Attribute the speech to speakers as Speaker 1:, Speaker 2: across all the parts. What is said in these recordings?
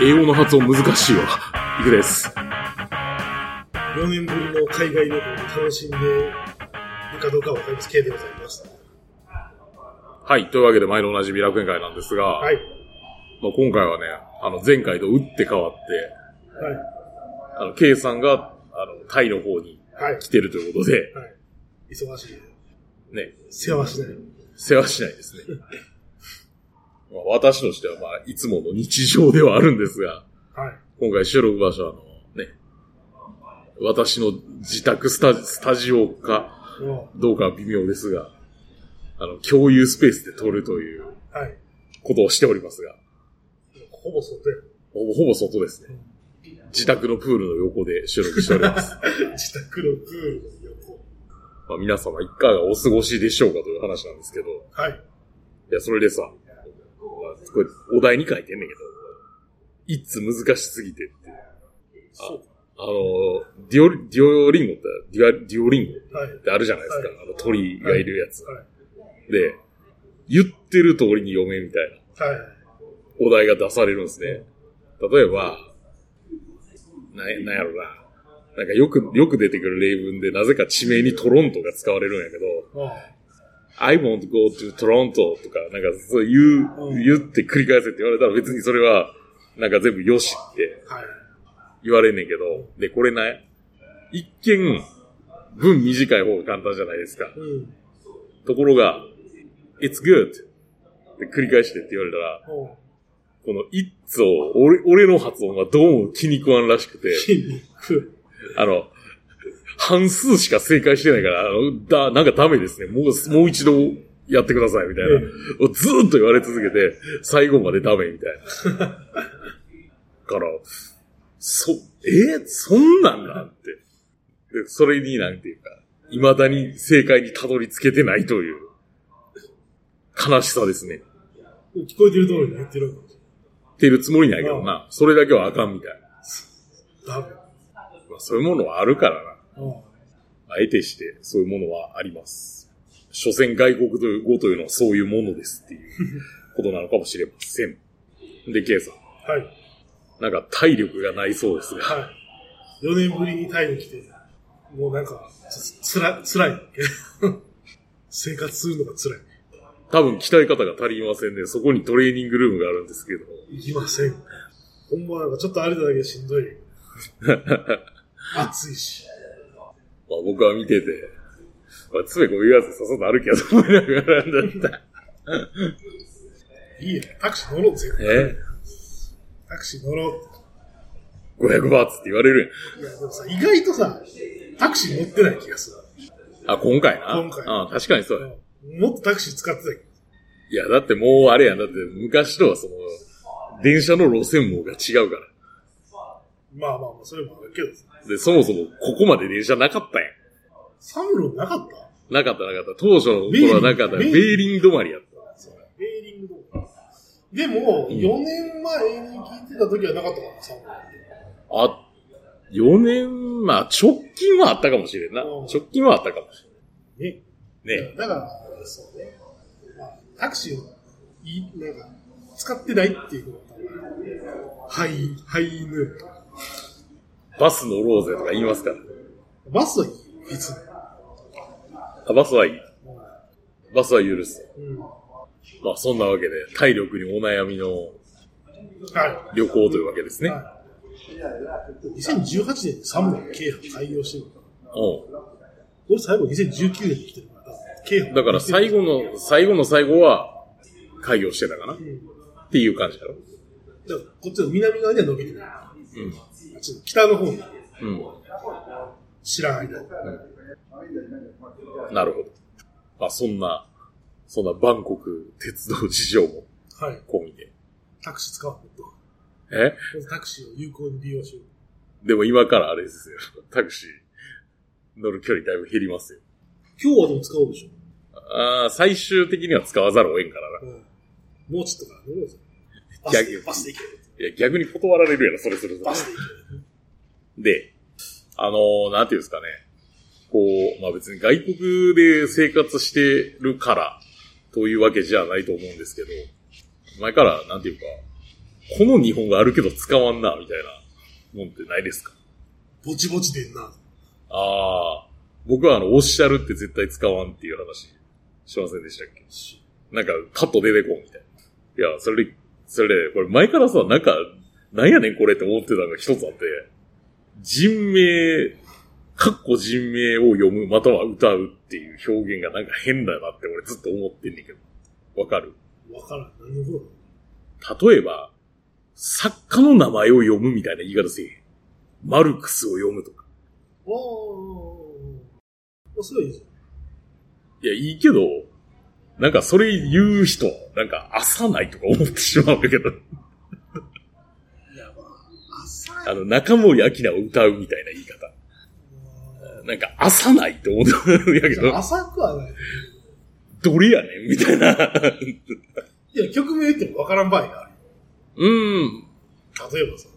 Speaker 1: 英語の発音難しいわ。いくです。
Speaker 2: 4年ぶりの海外旅行を楽しんでいるかどうかは分かりますけでございます。
Speaker 1: はい。というわけで、毎度おなじみ楽園会なんですが、
Speaker 2: はい。
Speaker 1: まあ、今回はね、あの、前回と打って変わって、
Speaker 2: はい。
Speaker 1: あの、K さんが、あの、タイの方に
Speaker 2: はい。
Speaker 1: 来てるということで、
Speaker 2: はい。忙しい。
Speaker 1: ね、
Speaker 2: 世話しない。
Speaker 1: 世話しないですね。 まあ私としては、まあ、いつもの日常ではあるんですが、
Speaker 2: はい。
Speaker 1: 今回収録場所は、あの、ね、私の自宅スタスタジオか
Speaker 2: も
Speaker 1: どうかは微妙ですが、あの、共有スペースで撮るという
Speaker 2: う、はい。
Speaker 1: ことをしておりますが、
Speaker 2: ほぼ外や。
Speaker 1: ほぼほぼ外ですね。自宅のプールの横で収録しており ます。
Speaker 2: 自宅のプールの横。
Speaker 1: まあ皆様いかがお過ごしでしょうかという話なんですけど、
Speaker 2: はい。
Speaker 1: いや、それでさ、これ、お題に書いてんねんけど、いつ難しすぎてって。
Speaker 2: そう。
Speaker 1: あの、ディオ、ディオリンゴって、デュアディオリンゴっ
Speaker 2: はい。
Speaker 1: てあるじゃないですか。
Speaker 2: は
Speaker 1: あの鳥がいるやつ。
Speaker 2: はい。
Speaker 1: で、言ってる通りに読めみたい
Speaker 2: はい。
Speaker 1: なお題が出されるんですね。例えば、なんやなんやろな。なんかよく、よく出てくる例文で、なぜか地名にトロントが使われるんやけど、
Speaker 2: もう、
Speaker 1: I won't go to Toronto とか、なんかそう言う、
Speaker 2: うん
Speaker 1: 言って繰り返せって言われたら別にそれは、なんか全部よしって
Speaker 2: はい。
Speaker 1: 言われんねんけど、で、これね、一見、文短い方が簡単じゃないですか。
Speaker 2: うん。
Speaker 1: ところが、it's good って繰り返してって言われたら、
Speaker 2: も
Speaker 1: この it's を、俺、俺の発音がどうも気に食わんらし くて
Speaker 2: う、、筋肉。
Speaker 1: あの、半数しか正解してないから、あの、だ、なんかダメですね。もう、もう一度やってください、みたいな。をずーっと言われ続けて、最後までダメみたい な。から、そ、えーそんなんなんて。で、それになんていうか、未だに正解にたどり着けてないという、悲しさですね。
Speaker 2: 聞こえてる通りに言ってるわけです。
Speaker 1: ってるつもりないけどな、それだけはあかんみたいな。
Speaker 2: ダメ。
Speaker 1: まあ、そういうものはあるからな。
Speaker 2: も
Speaker 1: あえてして、そういうものはあります。所詮外国語というのはそういうものですっていうことなのかもしれません。 で、ケイさん。
Speaker 2: う、はい。
Speaker 1: なんか体力がないそうですが。
Speaker 2: はい。4年ぶりにタイに来て、もうなんか、つつら、つらい。 生活するのがつらい。
Speaker 1: 多分鍛え方が足りませんね。そこにトレーニングルームがあるんですけど。
Speaker 2: 行きません。ほんまなんかちょっと歩いただけでしんどい。暑いし。
Speaker 1: まあ僕は見てて、まあ、つべこう言わずさっさと歩きやと思いながらなんだった。
Speaker 2: いいや、タクシー乗ろうぜ。
Speaker 1: え
Speaker 2: タクシー乗ろう
Speaker 1: ?500 バーツって言われる
Speaker 2: って。いや、でもさ、意外とさ、タクシー乗ってない気がす
Speaker 1: やん。あ、今回な。
Speaker 2: 今回
Speaker 1: あ確かにそうや。
Speaker 2: る。もっとタクシー使ってたけ
Speaker 1: いや、だってもうあれやん。だって昔とはその、電車の路線網が違うから。
Speaker 2: どまあまあまあ、それもあるけどさ。
Speaker 1: で、そもそもここまで電車なかったんや。
Speaker 2: サムロンなかった
Speaker 1: なかったなかった。当初の頃はなかった。ベ
Speaker 2: ベーリン
Speaker 1: ーリン止まりやった。
Speaker 2: そうベーリングとか。でも、
Speaker 1: うん
Speaker 2: 4年前に聞いてた時はなかったから、サムロン。
Speaker 1: あ、4年、まあ直近はあったかもしれんな。
Speaker 2: うん
Speaker 1: 直近はあったかもし
Speaker 2: ね。
Speaker 1: れん。ね。
Speaker 2: だから、そうね。まあ、タクシーを、い、なんか、使ってないっていうのは、はい、はい、犬。
Speaker 1: バス乗ろうぜとか言いますから。
Speaker 2: バスはいいよ、別に。
Speaker 1: あバスはいい。バスは許す。
Speaker 2: うん。は
Speaker 1: まあそんなわけで、体力にお悩みの
Speaker 2: い。
Speaker 1: 旅行というわけですね。うん。
Speaker 2: はい。2018年でサムの京阪開業してるから。俺最後2019年に来てるから、京阪。
Speaker 1: だから最後の、最後の最後は、開業してたかなっ
Speaker 2: うん。
Speaker 1: ていう感じだろ。
Speaker 2: だからこっちの南側には伸びてない。あっちの北の方に
Speaker 1: うん。
Speaker 2: 知らない間に。
Speaker 1: うん。なるほど。まあそんな、そんなバンコク鉄道事情も
Speaker 2: はい。
Speaker 1: 込みで。
Speaker 2: タクシー使わんと。
Speaker 1: え
Speaker 2: タクシーを有効に利用しよう。
Speaker 1: でも今からあれですよ。タクシー乗る距離だいぶ減りますよ。
Speaker 2: 今日はでも使おうでしょ。
Speaker 1: ああ、最終的には使わざるを得んからな。
Speaker 2: もうちょっとかな、もうちょっと。バ
Speaker 1: いや
Speaker 2: スで、バスで行け。
Speaker 1: いや、逆に断られるやろ、それすると
Speaker 2: バ。スで行
Speaker 1: で、あのーなんていうんですかね。こう、まあ別に外国で生活してるからというわけじゃないと思うんですけど、前から、なんていうか、この日本があるけど使わんな、みたいなもんってないですか
Speaker 2: ぼちぼちでんな。
Speaker 1: ああ、僕はあの、おっしゃるって絶対使わんっていう話しませんでしたっけなんか、カット出てこうみたいな。いや、それで、それで、これ前からさ、なんか、なんやねんこれって思ってたのが一つあって、人名、かっこ人名を読むまたは歌うっていう表現がなんか変だなって俺ずっと思ってんねんけど。わかる
Speaker 2: わからん。何のこと
Speaker 1: 例えば、作家の名前を読むみたいな言い方せえへん。マルクスを読むとか。
Speaker 2: ああ、それはいいじ
Speaker 1: いや、いいけど、なんかそれ言う人、なんか浅ないとか思ってしまうんだけど、
Speaker 2: ゃん。いや、まあ、浅い。
Speaker 1: あの、中森明菜を歌うみたいな言い方。なんか浅ないって思ってるんやけ
Speaker 2: いや
Speaker 1: ど、
Speaker 2: 浅くはない。
Speaker 1: どれやねんみたいな。
Speaker 2: いや、曲名言ってもわからん場合がある
Speaker 1: うん。
Speaker 2: よ。例えばさ、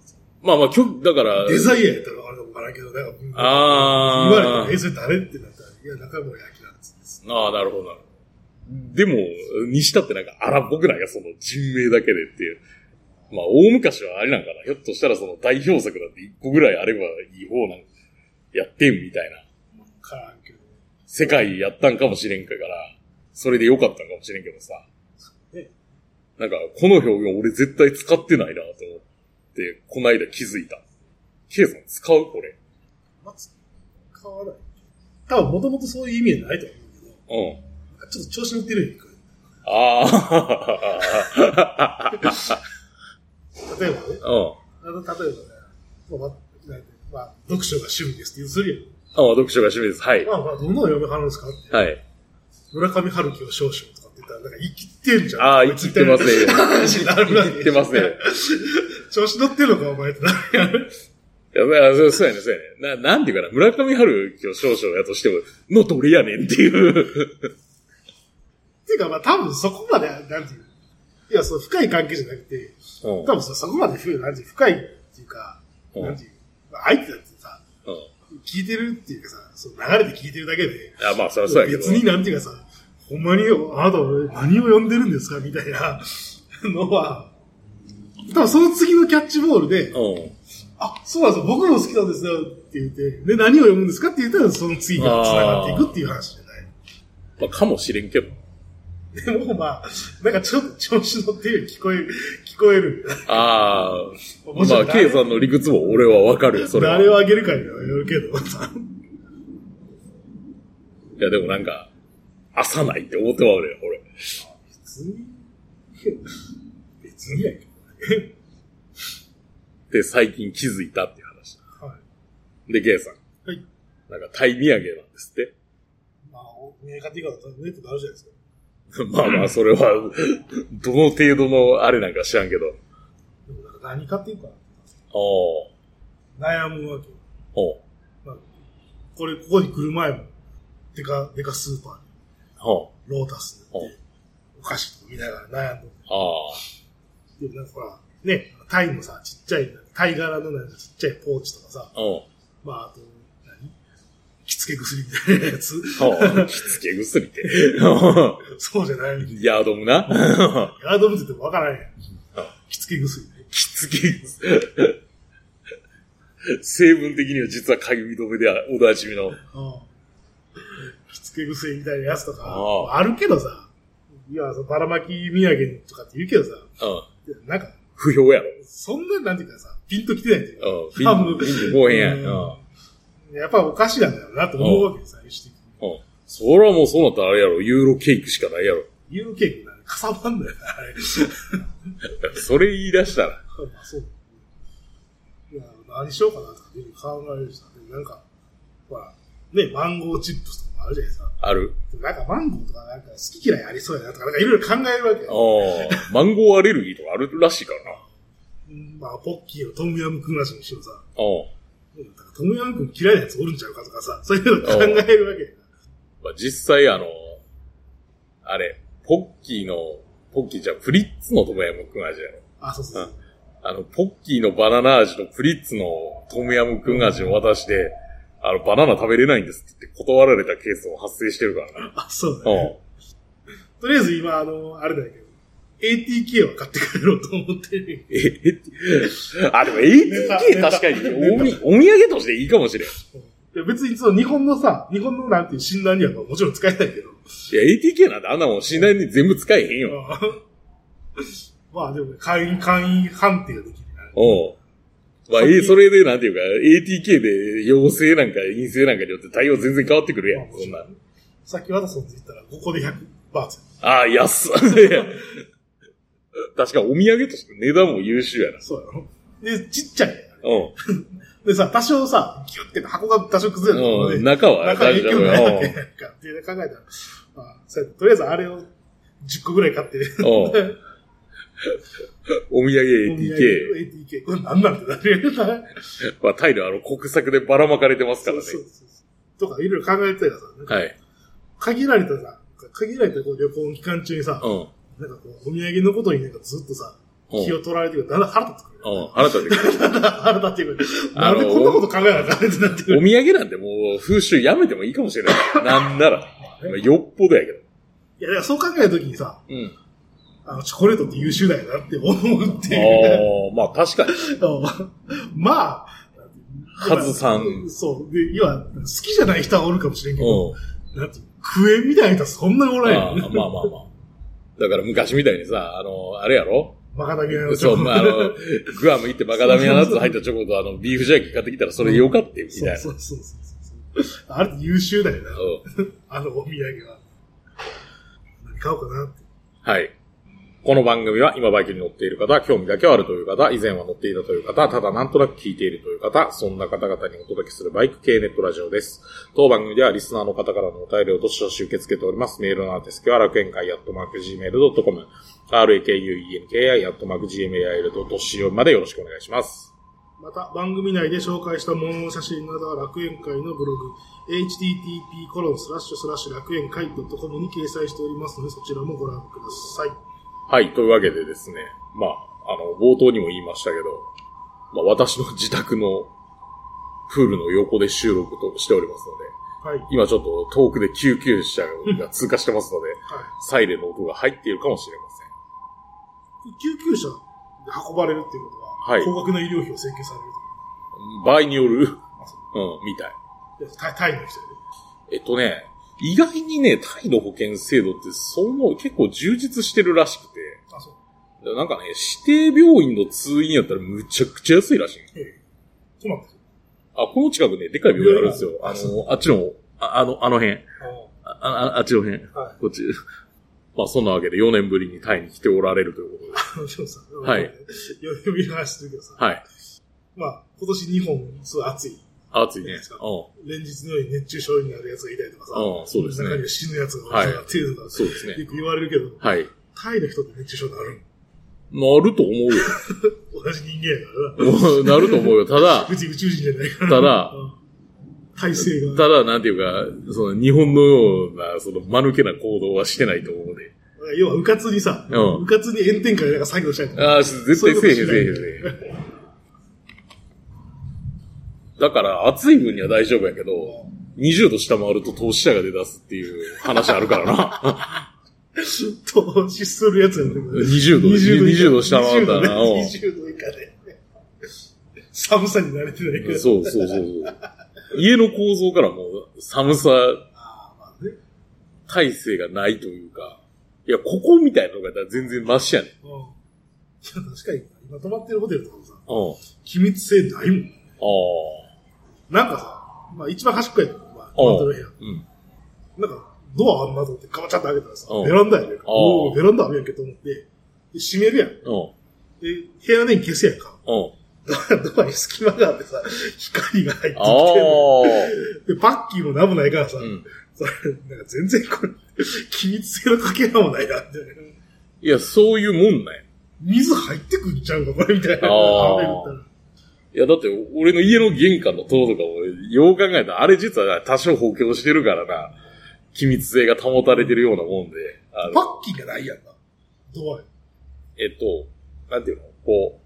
Speaker 1: まあまあ曲、だから、
Speaker 2: デザイアやったらわかるかもわからんけど、なんか、
Speaker 1: あー
Speaker 2: 言われたら、え、それ誰ってなったら、いや、中森明菜っつうんです。
Speaker 1: ああ、なるほどなるほど。でも、にしたってなんか荒っぽくないか、その人名だけでっていう。まあ、大昔はあれなんかな。ひょっとしたらその代表作だって一個ぐらいあればいい方なんやってんみたいな。
Speaker 2: わからんけど。
Speaker 1: 世界やったんかもしれんかから、それでよかったんかもしれんけどさ
Speaker 2: え。
Speaker 1: なんか、この表現俺絶対使ってないなと思って、こないだ気づいた。ケイさん使うこれ。
Speaker 2: まあ、変わらない。多分、もともとそういう意味はないと思うけど、
Speaker 1: うん。
Speaker 2: なんかちょっと調子乗ってるよ、一回
Speaker 1: ああ。うん。
Speaker 2: 例えばね、あの例えばね、まあ、なんてまあ、読書が趣味ですって言うとする
Speaker 1: あ読書が趣味です。はい
Speaker 2: やん。。まあまあ、どんなの読みはるんですかって。
Speaker 1: はい。
Speaker 2: 村上春樹を少々とかって言ったら、なんか生きてんじゃん。
Speaker 1: ああ、生きてますね。
Speaker 2: 話になるな
Speaker 1: 生きて ますね。い
Speaker 2: 調子乗ってるのか、お前ってなるやん。
Speaker 1: や、まあそうそうやね、そうやね。な、なんていうかな、村上春樹を少々やとしても、のどれやねんっていう。
Speaker 2: ていうか、まあ多分そこまで、なんていう。いや、そう、深い関係じゃなくて、
Speaker 1: うん。
Speaker 2: 多分そそこまで深い、なんていう、深いっていうか、
Speaker 1: うん
Speaker 2: なんていう。まあ相手だってさ、
Speaker 1: うん。
Speaker 2: 聞いてるっていうかさ、そう流れて聞いてるだけで、
Speaker 1: あまあ、そりゃそうやけど。
Speaker 2: 別になんていうかさ、ほんまにあなたは何を呼んでるんですかみたいなのは、多分その次のキャッチボールで、
Speaker 1: うん。
Speaker 2: あ、そうなんですよ、僕も好きなんですよって言って、で、何を読むんですかって言ったら、その次が繋がっていくっていう話じゃない。
Speaker 1: まあ、かもしれんけど。
Speaker 2: でもまあ、なんかちょっと調子乗ってるように聞こえる、聞こえる。
Speaker 1: ああ、
Speaker 2: もちろ
Speaker 1: ま
Speaker 2: ん
Speaker 1: あ、ケイさんの理屈も俺はわかるよ、それは。
Speaker 2: 誰をあげるかにはよるけど。
Speaker 1: いや、でもなんか、浅ないって思ってまうね、俺。
Speaker 2: 別に、別にやけ
Speaker 1: で、最近気づいたっていう話。
Speaker 2: ど。はい。
Speaker 1: で、ケイさん。
Speaker 2: はい。
Speaker 1: なんか、タイ土産なんですって。
Speaker 2: まあ、お見え方いいからねってなるじゃないですか。
Speaker 1: まあま あ、それは、どの程度のあれなんか知らんけど。
Speaker 2: でもなんか何買っていいか
Speaker 1: おー
Speaker 2: 悩むわけよ。
Speaker 1: おう
Speaker 2: まあ、これ、ここに来る前も、デカ、デカスーパーに、
Speaker 1: おう
Speaker 2: ロータス
Speaker 1: おう
Speaker 2: で、お菓子とか見ながら悩んで。
Speaker 1: あ
Speaker 2: でもなんかほら、ね、タイのさ、ちっちゃい、タイ柄のなんかちっちゃいポーチとかさ、
Speaker 1: あ、おう
Speaker 2: まあ、あと、何着付け薬みたいなやつ
Speaker 1: おう着付け薬って。おう
Speaker 2: そうじゃない。
Speaker 1: ヤードムな。
Speaker 2: ヤードムズってわからんやん。着付け薬ね。
Speaker 1: 着付け薬。成分的には実はかゆみ止めではおなじみの。
Speaker 2: 着付け薬みたいなやつとか、
Speaker 1: ああ
Speaker 2: あるけどさ、いや、そのばらまき土産とかって言うけどさ、
Speaker 1: うん。
Speaker 2: なんか、
Speaker 1: 不評やろ。
Speaker 2: そんな、なんていうかさ、ピンときてないっていうか
Speaker 1: うん。貧乏貧乏公園や。う。
Speaker 2: うんん
Speaker 1: うん。
Speaker 2: やっぱおかしなんだよなと思うわけよ、 最終的に。
Speaker 1: そらもうそうなったらあれやろ。ユーロケーキしかないやろ。
Speaker 2: ユーロケーキなんかかさばんだよな、あれ。
Speaker 1: それ言い出したら。
Speaker 2: まあそう。いや、何しようかなとかっていう考えるした。でもなんか、ほら、ね、マンゴーチップスとかもあるじゃないですか。
Speaker 1: ある。
Speaker 2: でもなんかマンゴーとかなんか好き嫌いありそうやなとか、なんかいろいろ考えるわけ
Speaker 1: あ
Speaker 2: よ。
Speaker 1: あ。マンゴーアレルギーとかあるらしいからな。あ
Speaker 2: うんまあ、ポッキーのトムヤムクンらしいにしろさ、
Speaker 1: あ。
Speaker 2: うんなんかトムヤムクン嫌いなやつおるんちゃうかとかさ、そういうの考えるわけよ。
Speaker 1: まあ、実際あの、あれ、ポッキーの、ポッキーじゃんプリッツのトムヤムクン味やろ。
Speaker 2: あ、そうそうそう。
Speaker 1: あの、ポッキーのバナナ味とプリッツのトムヤムクン味を渡して、あの、バナナ食べれないんですって言って断られたケースも発生してるからな。
Speaker 2: あ、そうだ
Speaker 1: う
Speaker 2: ね。
Speaker 1: ん。
Speaker 2: とりあえず今、あの、あれだけど、 ATK は買って帰ろうと思ってる。
Speaker 1: え、あ、でも
Speaker 2: ネタ
Speaker 1: ATK 確かにおみ、お土産としていいかもしれん。
Speaker 2: いや別にその日本のさ、日本のなんていう診断にはもちろん使えないけど。
Speaker 1: いや、ATK なんてあんなもんしないに全部使えへんよ。
Speaker 2: まあでも、会員、会員判定ができるから。
Speaker 1: おうまあ、え、それでなんていうか、ATK で陽性なんか陰性なんかによって対応全然変わってくるやん、そんな。
Speaker 2: さっきワタソンズ行ったら、ここで100%バーツ。
Speaker 1: ああ、安っ。 いや確かお土産として値段も優秀やな。
Speaker 2: そうやろ。で、ちっちゃい。
Speaker 1: うん。
Speaker 2: でさ、多少さ、ギュって箱が多少崩れるところ
Speaker 1: う
Speaker 2: で、
Speaker 1: ん、 中は
Speaker 2: 中に
Speaker 1: 大丈
Speaker 2: 影響
Speaker 1: 夫
Speaker 2: ない
Speaker 1: よ
Speaker 2: わけ。やんか。っていうの考えたら、まあ、そうやとりあえずあれを10個ぐらい買って、
Speaker 1: おうお土産
Speaker 2: お土産
Speaker 1: ATK。
Speaker 2: ATK。これ何なんてなるよな。
Speaker 1: まあ、タイのあの国策でばらまかれてます
Speaker 2: そ
Speaker 1: か
Speaker 2: う
Speaker 1: らね。
Speaker 2: そうそう。とか、いろいろ考えてたらさ、なんか
Speaker 1: はい。
Speaker 2: 限られたさ、限られたこう旅行の期間中にさ、
Speaker 1: うん。
Speaker 2: なんかこう、お土産のことになんかずっとさ、気
Speaker 1: う
Speaker 2: を取られてくる。だんだん腹立ってくる。
Speaker 1: ん。うん。あなたで。
Speaker 2: だんだん腹立ってく る。
Speaker 1: あ
Speaker 2: な
Speaker 1: の
Speaker 2: んでこんなこと考えなあかんねんってなってく
Speaker 1: お
Speaker 2: る。
Speaker 1: 土産なんてもう風習やめてもいいかもしれ ない。なんなら。まあよっぽどやけど。
Speaker 2: いや、だからそう考えたときにさ、
Speaker 1: うん。
Speaker 2: あの、チョコレートって優秀だよなって思うってい
Speaker 1: あ
Speaker 2: う。
Speaker 1: あ、まあ確かに。
Speaker 2: まあ、
Speaker 1: カズさん。う
Speaker 2: そう。で、要は、好きじゃない人はおるかもしれんけど、
Speaker 1: ん。
Speaker 2: なんていうクエみたいな人はそんなにおらん
Speaker 1: ああ
Speaker 2: よ
Speaker 1: まあまあまあ。だから昔みたいにさ、あの、あれやろ
Speaker 2: バカだけな、
Speaker 1: そう、まあ、あのグアム行ってバカダミアナッツ入ったチョコとあの、ビーフジャーキー買ってきたらそれよかって、みたい
Speaker 2: そ
Speaker 1: な。
Speaker 2: う
Speaker 1: う
Speaker 2: そうそうそうそう。あれって優秀だよな、
Speaker 1: ん
Speaker 2: あのお土産は。何買おうかなって。
Speaker 1: はい。この番組は今バイクに乗っている方、興味だけはあるという方、以前は乗っていたという方、ただなんとなく聞いているという方、そんな方々にお届けするバイク系ネットラジオです。当番組ではリスナーの方からのお便りをどしどし受け付けております。メールのアドレスは楽園会アットマーク Gmail.com、rakuenki アットマーク Gmail.co までよろしくお願いします。
Speaker 2: また、番組内で紹介したものの写真などは楽園会のブログ、http コロンスラッシュスラッシュ楽園会 .com に掲載しておりますので、そちらもご覧ください。
Speaker 1: はい、というわけでですね、まあ、あの、冒頭にも言いましたけど、まあ、私の自宅のプールの横で収録としておりますので、
Speaker 2: はい。はい。
Speaker 1: 今ちょっと遠くで救急車が通過してます ので、サイレンの音が入っているかもしれません。
Speaker 2: 救急車で運ばれるっていうことは、
Speaker 1: はい
Speaker 2: 高額な医療費を請求される
Speaker 1: 場合による、うん、みたい。
Speaker 2: といやタイ。タイの人で、ね。
Speaker 1: えっとね、意外にね、タイの保険制度ってそう思う、結構充実してるらしくて、
Speaker 2: あ、そう。
Speaker 1: なんかね、指定病院の通院やったらむちゃくちゃ安いらしい。
Speaker 2: ええ。そうなんですよ。
Speaker 1: あ、この近くね、でかい病院あるんですよ。あの、あっちの、ああの、あの辺。あ、ああっちの辺。
Speaker 2: あはい。
Speaker 1: こっち。まあ、そんなわけで4年ぶりにタイに来ておられるということで。
Speaker 2: あの、でもさ、
Speaker 1: はい
Speaker 2: 読み話してるけどさ、
Speaker 1: はい。
Speaker 2: まあ、今年日本、すごい暑い。
Speaker 1: あ暑いね。
Speaker 2: いい
Speaker 1: うん。
Speaker 2: ですか連日のように熱中症になるやつがいたりとかさ、
Speaker 1: うん、そうですね
Speaker 2: 中。には死ぬやつが多いとかっていうのが、
Speaker 1: そうですね。
Speaker 2: よく言われるけど、
Speaker 1: はい。
Speaker 2: タイの人って熱中症になる
Speaker 1: なると思うよ。
Speaker 2: の同じ人間やからな。
Speaker 1: なると思うよ。 ただ、
Speaker 2: 別に宇宙人じゃないから。
Speaker 1: ただ、
Speaker 2: うん体制が。
Speaker 1: ただ、なんていうか、その、日本のような、その、間抜けな行動はしてないと思うで。
Speaker 2: 要は、うかつにさ、
Speaker 1: うん
Speaker 2: かつに炎天下でなんか作業したいとか。
Speaker 1: ああ、絶対せえへんせえへんせえへん。だから、暑い分には大丈夫やけど、20度下回ると投資者が出だすっていう話あるからな。
Speaker 2: 投資するやつやねんけど。
Speaker 1: 20度、20度下回った
Speaker 2: 20
Speaker 1: な。
Speaker 2: 度
Speaker 1: う
Speaker 2: ね
Speaker 1: ん
Speaker 2: 20度以下で。寒さに慣れてないか ら。
Speaker 1: そうそうそうそう。家の構造からもう寒さ
Speaker 2: あーまあね
Speaker 1: 耐性がないというか、いや、ここみたいなのが全然マシやねん。
Speaker 2: うんいや確かに、今泊まってるホテルとかもさ、
Speaker 1: うん。
Speaker 2: 機密性ないもん。
Speaker 1: ああ。
Speaker 2: なんかさ、まあ一番端っこやけど、まあ、
Speaker 1: う
Speaker 2: 泊ま
Speaker 1: ん
Speaker 2: ってる部屋。
Speaker 1: うん。
Speaker 2: なんか、ドアあんなと思って、ガバチャって開けたらさ
Speaker 1: う、ん
Speaker 2: ベランダやねん。お
Speaker 1: おう
Speaker 2: おベランダあるやんけと思って、で閉めるやん。で、
Speaker 1: うん。
Speaker 2: 部屋電気消すやんか。
Speaker 1: うん。
Speaker 2: ドアに隙間があってさ、光が入ってき
Speaker 1: ああ。
Speaker 2: て、で、バッキーもなんもないからさ、
Speaker 1: うん。
Speaker 2: それ、なんか全然これ、気密性のかけらもないな、みたいな。
Speaker 1: いや、そういうもんなんや。
Speaker 2: 水入ってくんちゃうか、これ、みたいな。
Speaker 1: あー
Speaker 2: 雨降ったら
Speaker 1: いや、だって、俺の家の玄関の塔とかも、よう考えたら、あれ実は多少補強してるからな、機密性が保たれてるようなもんで、あ
Speaker 2: バ
Speaker 1: の、
Speaker 2: ッキーがないやんな。ドアに。
Speaker 1: えっと、なんていうのこ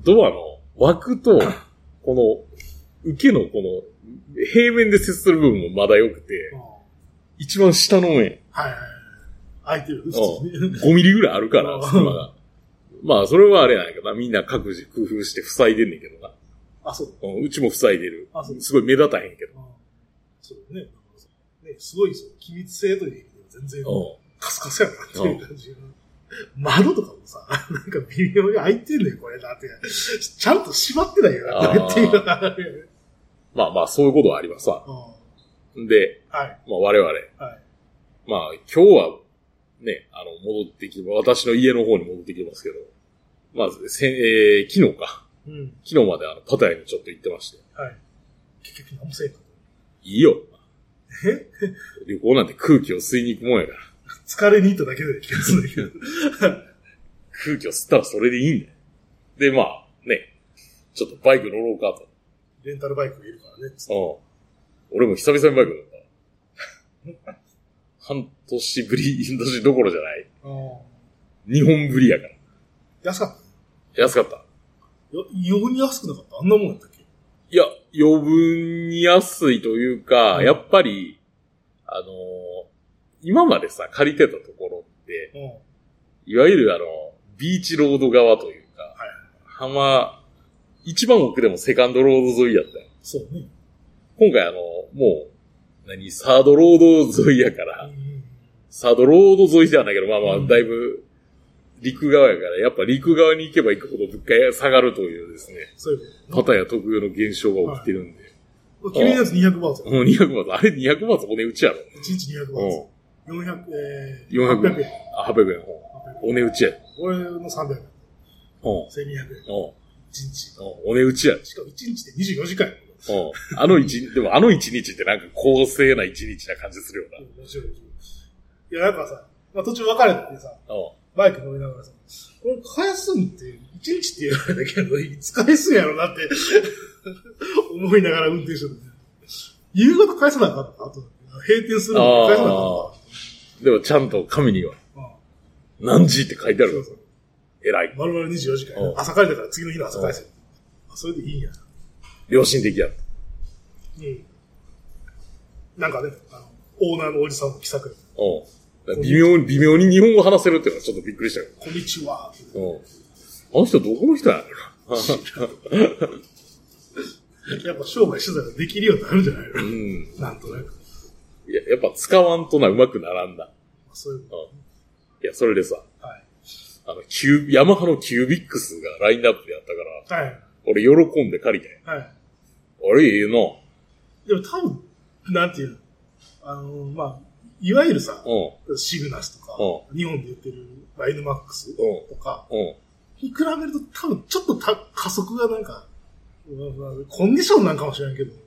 Speaker 1: う、ドアの枠と、この、受けのこの、平面で接する部分もまだ良くて、
Speaker 2: あー
Speaker 1: 一番下の面、
Speaker 2: はいはいはい。空いてる。普通にね。
Speaker 1: 5ミリぐらいあるから
Speaker 2: う、ん
Speaker 1: 隙間が。まあ、それはあれなんやけどな。みんな各自工夫して塞いでんねんけどな。
Speaker 2: あ、そうだ。
Speaker 1: うんうちも塞いでる。
Speaker 2: あ、そうです。
Speaker 1: すごい目立たへんけど。
Speaker 2: あそうだね。ね、すごい、その、機密性という意味では全然、
Speaker 1: う
Speaker 2: カスカスやなっていう感じが。窓とかもさ、 なんか微妙に開いてんのよ、これだって。ちゃんと閉まってないよな、これっていうのがあるよね。
Speaker 1: ん。まあまあ、そういうことはありますわ。
Speaker 2: うん
Speaker 1: で、
Speaker 2: はい、
Speaker 1: まあ我々、
Speaker 2: はい。
Speaker 1: まあ今日はね、あの、戻ってきて、私の家の方に戻ってきてますけど、まず、せんえー、昨日か。
Speaker 2: うん。
Speaker 1: 昨日まであの、パタヤにちょっと行ってまして。
Speaker 2: はい。結局何もせえへんかっ
Speaker 1: いいよ。
Speaker 2: え
Speaker 1: 旅行なんて空気を吸いに行くもんやから。
Speaker 2: た。疲れに行っただけで気 がするんだけど。
Speaker 1: 空気を吸ったらそれでいいんだよ。で、まあ、ね、ちょっとバイク乗ろうかと。
Speaker 2: レンタルバイクがいるからね。
Speaker 1: うん。俺も久々にバイク乗った。半年ぶり、半年どころじゃない。
Speaker 2: あ
Speaker 1: 日本ぶりやから。
Speaker 2: あ。安かった
Speaker 1: 安かった。
Speaker 2: よ異様に安くなかったあんなもんやったっけ
Speaker 1: いや、余分に安いというか、
Speaker 2: うん
Speaker 1: やっぱり、あのー今までさ、借りてたところって、
Speaker 2: うん。はい
Speaker 1: わゆるあの、ビーチロード側というか、
Speaker 2: い。
Speaker 1: 浜、一番奥でもセカンドロード沿いやったよ。
Speaker 2: そうね。
Speaker 1: 今回あの、もう、何、サードロード沿いやから、
Speaker 2: うん
Speaker 1: サードロード沿いではないけど、まあまあ、
Speaker 2: うん
Speaker 1: だいぶ、陸側やから、やっぱ陸側に行けば行くほど物価が下がるというですね、
Speaker 2: そういうこ
Speaker 1: パタヤ特有の現象が起きてるんで、
Speaker 2: と。君のやつ200バーツや。
Speaker 1: もう200万あれ200万骨打ちやろ。
Speaker 2: 1日200バーツ。400、えー、
Speaker 1: 400
Speaker 2: 800円。
Speaker 1: あ、800円。おね打ちや。
Speaker 2: 俺の300
Speaker 1: う
Speaker 2: 円。
Speaker 1: ん。うん。
Speaker 2: 1200円。1日。
Speaker 1: おね打ちや。
Speaker 2: しかも1日で24時間や。
Speaker 1: うん。あの一 日、でもあの一日ってなんか公正な一日な感じするよな。
Speaker 2: 面白い面白い。いや、なんかさ、まあ、途中別れてさ、
Speaker 1: う
Speaker 2: バイク乗りながらさ、これ返すんって、1日って言われたけど、いつ返すんやろなって、思いながら運転してたね。夕方返さなかった後だけど、閉店するのに返さなかっ
Speaker 1: ん。でもちゃんと紙には
Speaker 2: た。うん
Speaker 1: 何時って書いてあ
Speaker 2: そう
Speaker 1: る。
Speaker 2: そう。
Speaker 1: 偉い。
Speaker 2: 丸々24時間
Speaker 1: う。ん
Speaker 2: 朝帰りだから次の日の朝返せ。あそれでいいんや。
Speaker 1: 良心的やった。
Speaker 2: うん。なんかね、あの、オーナーのおじさんも気さくに、
Speaker 1: うん。微妙に、微妙に日本語話せるっていうのはちょっとびっくりしたけ
Speaker 2: こんにちはって。
Speaker 1: ど。うん。あの人どこの人やろな。
Speaker 2: やっぱ商売してたらできるようになるんじゃないの
Speaker 1: うん。
Speaker 2: なんとなく。
Speaker 1: いや、やっぱ使わんとな、うまくならんな。
Speaker 2: そういうの。
Speaker 1: いや、それでさ、
Speaker 2: はい。
Speaker 1: あの、キューヤマハのキュービックスがラインナップでやったから、
Speaker 2: はい。
Speaker 1: 俺喜んで借りたよ。
Speaker 2: はい。
Speaker 1: あれ、ええな。
Speaker 2: でも多分、なんていうのあの、まあ、いわゆるさ、
Speaker 1: うん。
Speaker 2: シグナスとか、
Speaker 1: う
Speaker 2: 日本で売ってるライヌマックス
Speaker 1: う
Speaker 2: とか、
Speaker 1: ん。うん。
Speaker 2: に比べると多分ちょっとた加速がなんか、うんまあコンディションなんかもしれんけど、
Speaker 1: コ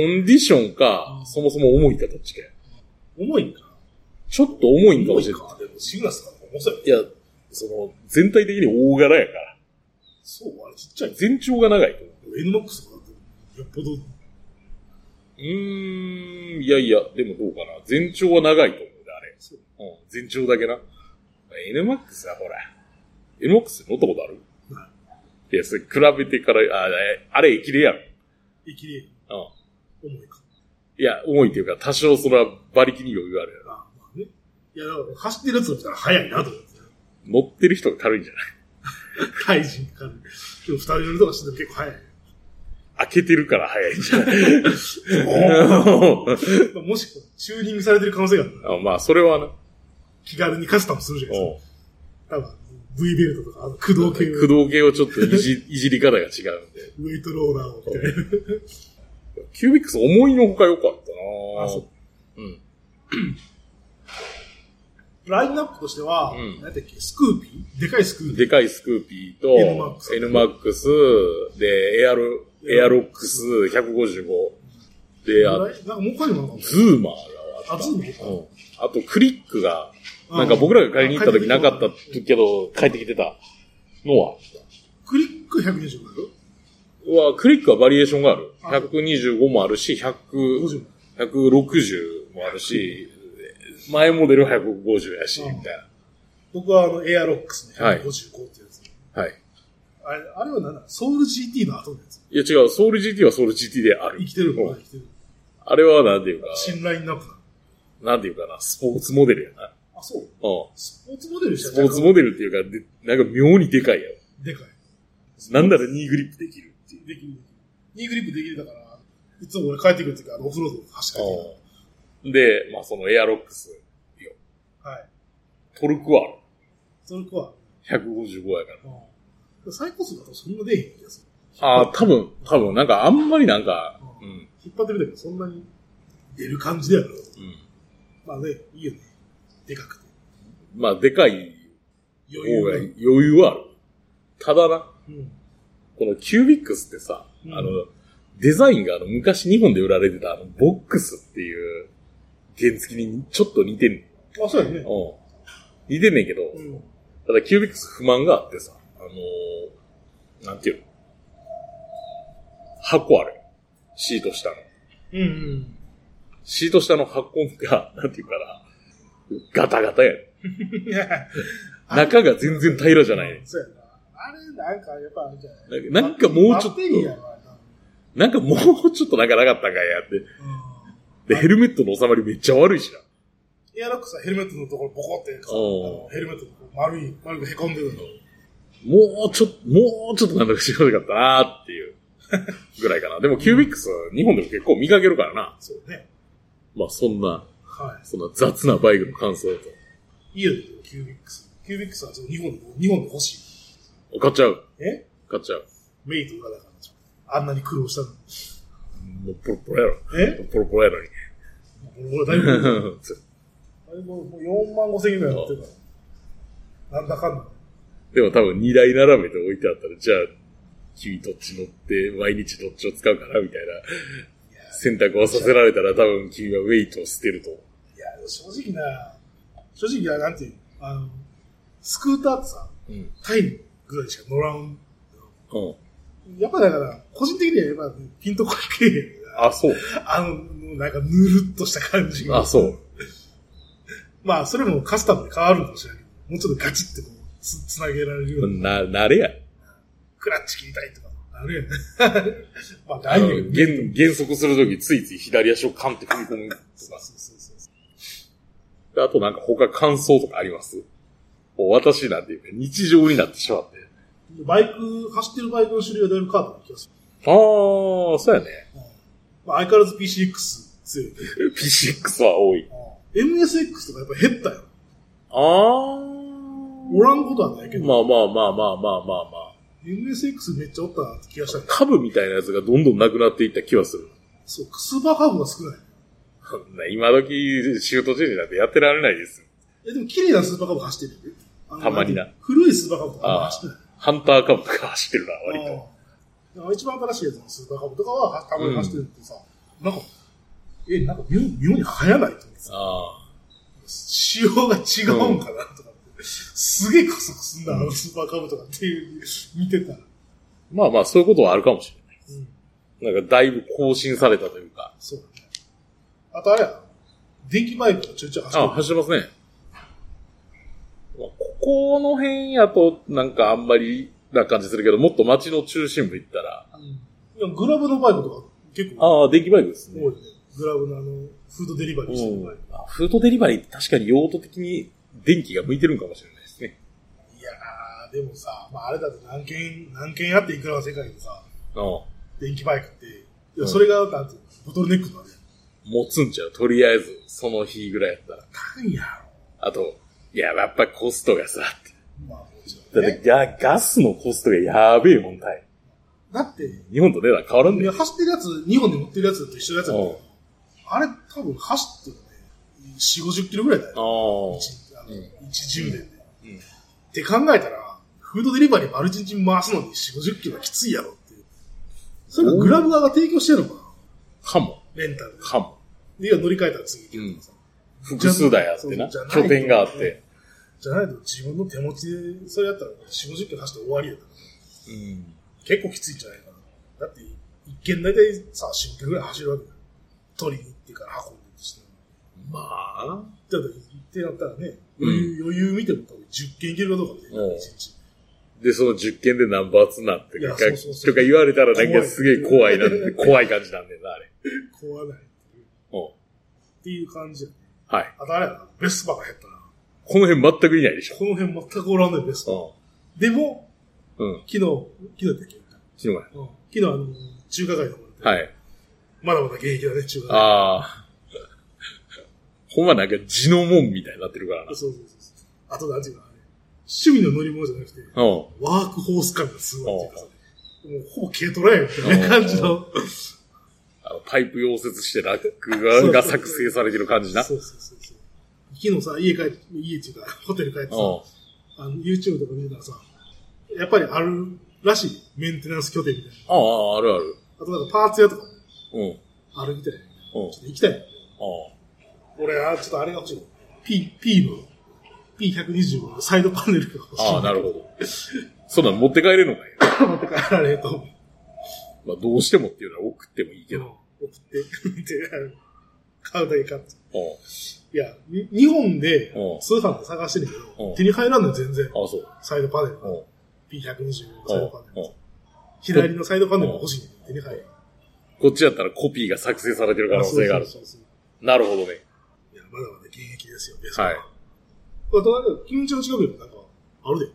Speaker 1: ンディションか、
Speaker 2: うん
Speaker 1: そもそも重いかどっちかや。
Speaker 2: 重いんかな。
Speaker 1: ちょっと重いんか
Speaker 2: 重
Speaker 1: も
Speaker 2: い
Speaker 1: しれな
Speaker 2: か。でもシグナスとか重そうや
Speaker 1: い。いや、その、全体的に大柄やから。
Speaker 2: そう、あれちっちゃい。
Speaker 1: 全長が長いと思う。
Speaker 2: N マックスとかだと、よっぽど、
Speaker 1: うーん、いやいや、でもどうかな。全長は長いと思うんだ、あれ。
Speaker 2: そう
Speaker 1: うん。全長だけな。NMAX はほら。NMAX 乗ったことある
Speaker 2: ない
Speaker 1: や、それ比べてから、あれ、あれ駅伝やろ。
Speaker 2: いきり
Speaker 1: うん。
Speaker 2: 重いか。
Speaker 1: いや、重いというか、多少それは馬力に余裕あるやろ。
Speaker 2: あまあね。いや、だから走ってるやつを見たら速いなと思って。
Speaker 1: 乗ってる人が軽いんじゃない
Speaker 2: 体重かかる。でも二人乗りとかしてて結構速い。
Speaker 1: 開けてるから早いんじゃない
Speaker 2: まあもしくはチューニングされてる可能性があるな
Speaker 1: あまあ、それはな。
Speaker 2: 気軽にカスタムするじゃないで
Speaker 1: うん
Speaker 2: すか。多分、V ベルトとか、あの駆動系の
Speaker 1: 駆動系をちょっといじいじり方が違うんで。
Speaker 2: ウェイトローラーをみたいな。
Speaker 1: キュービックス思いのほか良かった
Speaker 2: あ
Speaker 1: な。
Speaker 2: そう
Speaker 1: うん。
Speaker 2: ラインナップとしては、
Speaker 1: うん
Speaker 2: 何だっけ、スクーピーでかいスクーピー。
Speaker 1: でかいスクーピーと
Speaker 2: NMAX、
Speaker 1: NMAX、で、エアロ、エアロックス155。で、
Speaker 2: ラ
Speaker 1: あ
Speaker 2: インなんかもう他にもなんか
Speaker 1: ズーマーがあ
Speaker 2: あ
Speaker 1: っ
Speaker 2: ずんの
Speaker 1: た。うん。あと、クリックが、なんか僕らが買いに行った時なかったけど、帰ってきてたのは。
Speaker 2: クリック125だろ
Speaker 1: うわ、クリックはバリエーションがある。
Speaker 2: あ
Speaker 1: 125もあるし、100
Speaker 2: ?50。
Speaker 1: 160もあるし、前モデルは150やし、
Speaker 2: うん
Speaker 1: みたい
Speaker 2: 僕はあの、エアロックスの
Speaker 1: はい
Speaker 2: 155ってやつ。
Speaker 1: な。はい。
Speaker 2: あれ、あれは何だソウル GT の後のやつ。
Speaker 1: いや違う、ソウル GT はソウル GT である。
Speaker 2: 生きてる
Speaker 1: う
Speaker 2: の
Speaker 1: ん
Speaker 2: 生きてる。
Speaker 1: あれはなんていうか、
Speaker 2: 新ラインナップだ
Speaker 1: なんていうかな、スポーツモデルやな。
Speaker 2: あ、そう。
Speaker 1: うう
Speaker 2: スポーツモデル
Speaker 1: ん。
Speaker 2: じゃ
Speaker 1: ス
Speaker 2: ん
Speaker 1: ポーツモデルっていうか、でなんか妙にでかいやろ。
Speaker 2: でかい。
Speaker 1: なんならニーグリップできるっていう。
Speaker 2: できる。ニーグリップできるだから、いつも俺帰ってくるときあの、オフロード走って帰ってくる
Speaker 1: うんで、まあそのエアロックス、
Speaker 2: はい。
Speaker 1: トルクは
Speaker 2: それは、
Speaker 1: 155やから。
Speaker 2: うん。最高数だとそんな出えへん気がする。
Speaker 1: ああ、多分、多分、なんかあんまりなんか、う、
Speaker 2: うん引っ張ってみたけど、そんなに出る感じだよな。
Speaker 1: うん。
Speaker 2: まあね、いいよね。でかくて。
Speaker 1: まあでかい
Speaker 2: 余
Speaker 1: 方
Speaker 2: 裕
Speaker 1: が
Speaker 2: がい
Speaker 1: 余裕はある。ただな、
Speaker 2: うん。
Speaker 1: このキュービックスってさ、
Speaker 2: うん
Speaker 1: あの、デザインがあの昔日本で売られてたあのボックスっていう原付にちょっと似てんねん。
Speaker 2: あ、そうやね。
Speaker 1: うん。似てんねんけど、
Speaker 2: うん。
Speaker 1: ただキュービックス不満があってさ、あのーなんていうの箱ある。シート下の。
Speaker 2: うんうん。
Speaker 1: シート下の箱が、 なんていうかな、ガタガタやん。
Speaker 2: いや
Speaker 1: 中が全然平らじゃないね
Speaker 2: そうやな。あれ、なんか、やっぱあれじゃない
Speaker 1: ななんかもうちょっ
Speaker 2: バッテリーや
Speaker 1: と、
Speaker 2: わな
Speaker 1: なんかもうちょっとなんかなかったんかいやって。で、ヘルメットの収まりめっちゃ悪いしな。
Speaker 2: エアロックスはヘルメットのところボコってか、あ
Speaker 1: おう
Speaker 2: のヘルメットのとこ丸い、丸く凹んでるの。
Speaker 1: もうちょっと、もうちょっとなんとかしてほしかったなーっていう ぐらいかな。でもキュービックスは日本でも結構見かけるからな。
Speaker 2: そうね。
Speaker 1: まあそんな、
Speaker 2: は
Speaker 1: そんな雑なバイクの感想と。
Speaker 2: い。いいよね、キュービックス。キュービックスはその日本で、日本で欲しい。
Speaker 1: 買っちゃう。
Speaker 2: え
Speaker 1: 買っちゃう。
Speaker 2: メイトがだからでしょあんなに苦労したのに。
Speaker 1: もうポロポロやろ。
Speaker 2: え
Speaker 1: ポロポロやの に。
Speaker 2: 俺だいぶ、だいぶもう4万5千円ぐらいやってるから。なんだかんだ。
Speaker 1: でも多分2台並べて置いてあったら、じゃあ、君どっち乗って、毎日どっちを使うかな、みたいな選択をさせられたら、多分君はウェイトを捨てると思う。
Speaker 2: いや、正直な、正直な、なんていうの、あの、スクーターってさ、
Speaker 1: うん。
Speaker 2: タイムぐらいしか乗らん。
Speaker 1: うん。
Speaker 2: やっぱだから、個人的にはやっぱ、ピンとこなけえへんな
Speaker 1: あ、そう。
Speaker 2: あの、なんか、ぬるっとした感じが。
Speaker 1: あ、そう。
Speaker 2: まあ、それもカスタムで変わるかもしれないけど、もうちょっとガチってこう、つ、つなげられるような、
Speaker 1: な、慣れや。
Speaker 2: クラッチ切りたいとか、あるやん。 まあ、ないよ。
Speaker 1: うん減、減速するとき、ついつい左足をカンって踏み込むと
Speaker 2: そうそうそうそう。
Speaker 1: か。あとなんか他感想とかありますもう私なんていうか、日常になってしまって。
Speaker 2: バイク、走ってるバイクの種類はだいぶ変わった気がす
Speaker 1: あ
Speaker 2: る。
Speaker 1: ー、そうやね。
Speaker 2: うんまあ、相変わらず PCX 強いけど。
Speaker 1: P6 は多い。
Speaker 2: MSX とかやっぱ減ったよ。
Speaker 1: あー。
Speaker 2: おらんことはないけど、
Speaker 1: まあまあまあまあまあまあまあ。
Speaker 2: MSX めっちゃおったなって気がしたね。
Speaker 1: 株みたいなやつがどんどんなくなっていった気はする。
Speaker 2: そう、スーパーカーブが少ない。
Speaker 1: 今時、シュートチェンジなんてやってられないですよ。
Speaker 2: え、でも綺麗なスーパーカーブ走ってるよね。あの
Speaker 1: たまにな。
Speaker 2: 古いスーパーカーブとかあんま走ってない。
Speaker 1: ハンター株とか走ってるな、割と。
Speaker 2: あーだから一番新しいやつのスーパーカーブとかははたまに走ってるってさ、なんか、え、なんか妙妙に流行ないと思ってさ、
Speaker 1: あ
Speaker 2: 仕様が違うんかなとかって、すげえ加速すんだ、あのスーパーカーブとかっていう、見てたら。
Speaker 1: まあまあ、そういうことはあるかもし
Speaker 2: うん
Speaker 1: れない。なんか、だいぶ更新されたというか。
Speaker 2: そうだね。あとあれや、電気バイクがちょいちょい走って
Speaker 1: あ、
Speaker 2: る。
Speaker 1: 走ってますね。まあここの辺やと、なんかあんまりな感じするけど、もっと街の中心部行ったら、
Speaker 2: うんいやグラブのバイクとか結構
Speaker 1: ああ、電気バイクです
Speaker 2: 多い
Speaker 1: ね。
Speaker 2: ね。グラブのあの、フードデリバリーしてるバイク。
Speaker 1: うんあフードデリバリーって確かに用途的に電気が向いてるんかもしれないですね。
Speaker 2: いやー、でもさ、まああれだと何件、何件やっていくらの世界でさ、
Speaker 1: うん。
Speaker 2: 電気バイクって、い
Speaker 1: うん
Speaker 2: や、それが、なんていうの、ボトルネックのあれや。
Speaker 1: 持つんちゃうとりあえず、その日ぐらいやったら。
Speaker 2: なんや
Speaker 1: あと、いや、やっぱコストがさ、っ
Speaker 2: ろ。まあ、もち
Speaker 1: て
Speaker 2: ろん
Speaker 1: だっ
Speaker 2: ね。
Speaker 1: てガガスのコストがやべえもんたい。
Speaker 2: だって、
Speaker 1: 日本と値段変わらん
Speaker 2: い
Speaker 1: ね
Speaker 2: や
Speaker 1: ん。
Speaker 2: 走ってるやつ、日本で乗ってるやつと一緒のやつやけ
Speaker 1: うん
Speaker 2: どあれ多分走ってるね、4、50キロぐらいだよ。
Speaker 1: ああ。
Speaker 2: 一あの
Speaker 1: うん
Speaker 2: 一充電で。
Speaker 1: うん
Speaker 2: って考えたら、フードデリバリー丸一日回すのに4、50キロはきついやろっていう。それがグラブ側が提供してるのか
Speaker 1: かも。
Speaker 2: なレンタル
Speaker 1: かも。
Speaker 2: で。で、乗り換えたら次行け
Speaker 1: う
Speaker 2: る
Speaker 1: ん。複数台あってな
Speaker 2: じゃ。ない
Speaker 1: 拠点があって。
Speaker 2: じゃないと自分の手持ちで、それやったら4、50キロ走って終わりやったから
Speaker 1: うん。
Speaker 2: 結構きついんじゃないかな。だって、一軒大体さ、4、5キロぐらい走るわけだよ。取りに行ってから運んでるとしても。
Speaker 1: まあ。
Speaker 2: だって、ってなったらね、
Speaker 1: うん
Speaker 2: 余裕、余裕見ても多分10軒行けるかどうかで、
Speaker 1: うん
Speaker 2: 一日。
Speaker 1: で、その10件でナンバーツなって
Speaker 2: い
Speaker 1: か、
Speaker 2: や
Speaker 1: か
Speaker 2: そうそうそう
Speaker 1: とか言われたらなんかすげえ怖いな
Speaker 2: 怖い、
Speaker 1: 怖い感じなんだよな、あれ。
Speaker 2: 壊ないってい
Speaker 1: う
Speaker 2: う
Speaker 1: ん。
Speaker 2: っていう感じやね。
Speaker 1: はい。
Speaker 2: あとあれやな、ベスパが減ったな。
Speaker 1: この辺全くいないでしょ。
Speaker 2: この辺全くおらんのよ、ベスト。でも、
Speaker 1: うん。うん。
Speaker 2: 昨日、昨日だっけ
Speaker 1: 死ぬ前。
Speaker 2: うん昨日、あの、中華街の方で、
Speaker 1: はい。
Speaker 2: まだまだ現役だね、中華街。
Speaker 1: ああ。 ほんまなんか地の門みたいになってるからな。
Speaker 2: そうそうそうそう。あと、なんていうか、あれ趣味の乗り物じゃなくて、
Speaker 1: うん。
Speaker 2: ワークホース感がすごいっていうかさ、もうほぼ軽トラやんみたいな感じの。
Speaker 1: あのパイプ溶接してラック
Speaker 2: そう
Speaker 1: がが作成されてる感じな。
Speaker 2: そうそうそうそう。昨日さ、家帰って、家っていうか、ホテル帰ってさ、
Speaker 1: う
Speaker 2: あの、YouTube とか見てたらさ、やっぱりあるらしい。メンテナンス拠点みたいな。
Speaker 1: ん。ああ、あるある。
Speaker 2: あとなんかパーツ屋とか
Speaker 1: うん。うん。
Speaker 2: あるみたいな。ち
Speaker 1: あ
Speaker 2: ょっと行きたい。
Speaker 1: あ。
Speaker 2: 俺はちょっとあれが欲しい。P、P の、P120 のサイドパネルが欲しい。
Speaker 1: ああ、なるほど。そんなん持って帰れるのかいな
Speaker 2: ほど。 持って帰られへんと思う
Speaker 1: まあ、どうしてもっていうのは送ってもいいけ
Speaker 2: け
Speaker 1: ど。
Speaker 2: ど、送って、見て、 あの買うだけ買って。
Speaker 1: うん。
Speaker 2: いや、に日本で
Speaker 1: うん
Speaker 2: 通販で探してるけ
Speaker 1: う
Speaker 2: ど、
Speaker 1: ん
Speaker 2: 手に入らんのよ全然。
Speaker 1: ああ、そう。
Speaker 2: サイドパネル
Speaker 1: う。ん。
Speaker 2: P120 のサイドパネ
Speaker 1: うん。う
Speaker 2: ル
Speaker 1: ん。。
Speaker 2: 左のサイドパネルが欲しいねん手に入る。
Speaker 1: こっちやったらコピーが作成されてる可能性がある。
Speaker 2: そうそうそうそう
Speaker 1: なるほどね。
Speaker 2: いや、まだまだ現役ですよ、ベスパは。
Speaker 1: は
Speaker 2: はいい。あと、あれ、近所の近くになんか、あるで。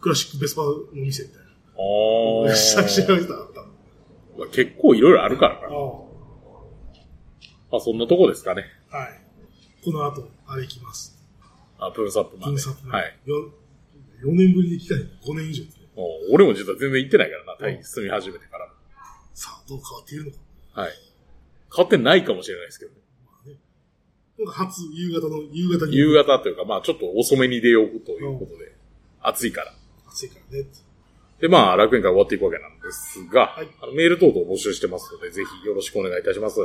Speaker 2: クラシックベスパの店みたいな。
Speaker 1: あ
Speaker 2: 久しぶ
Speaker 1: あ。
Speaker 2: りだった。あ
Speaker 1: まあ結構いろいろあるからな。
Speaker 2: あ。
Speaker 1: まあ、そんなとこですかね。
Speaker 2: はい。この後、あれ行きます。
Speaker 1: あ、プーンサップま
Speaker 2: プ
Speaker 1: で。
Speaker 2: ンサップの。
Speaker 1: はい。
Speaker 2: よ。4年ぶりに来たいの。5年以上ですね。
Speaker 1: もう俺も実は全然行ってないからな、タイに住み始めてからも。
Speaker 2: さあ、どう変わっているのか。
Speaker 1: はい。変わってないかもしれないですけどね。
Speaker 2: まあね。なんか初、夕方の、夕方に。
Speaker 1: 夕方というか、まあちょっと遅めに出ようということで、暑いから。
Speaker 2: 暑いからね。
Speaker 1: で、まあ楽園会終わっていくわけなんですが、
Speaker 2: はい
Speaker 1: あのメール等々募集してますので、ぜひよろしくお願いいたします。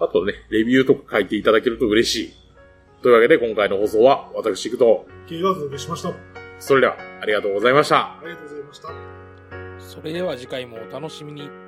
Speaker 1: あとね、レビューとか書いていただけると嬉しい。というわけで今回の放送は私行くと、
Speaker 2: 経営がお届けしました。あ
Speaker 1: それではありがとうございました。
Speaker 2: りがとうございました。
Speaker 3: それでは次回もお楽しみに。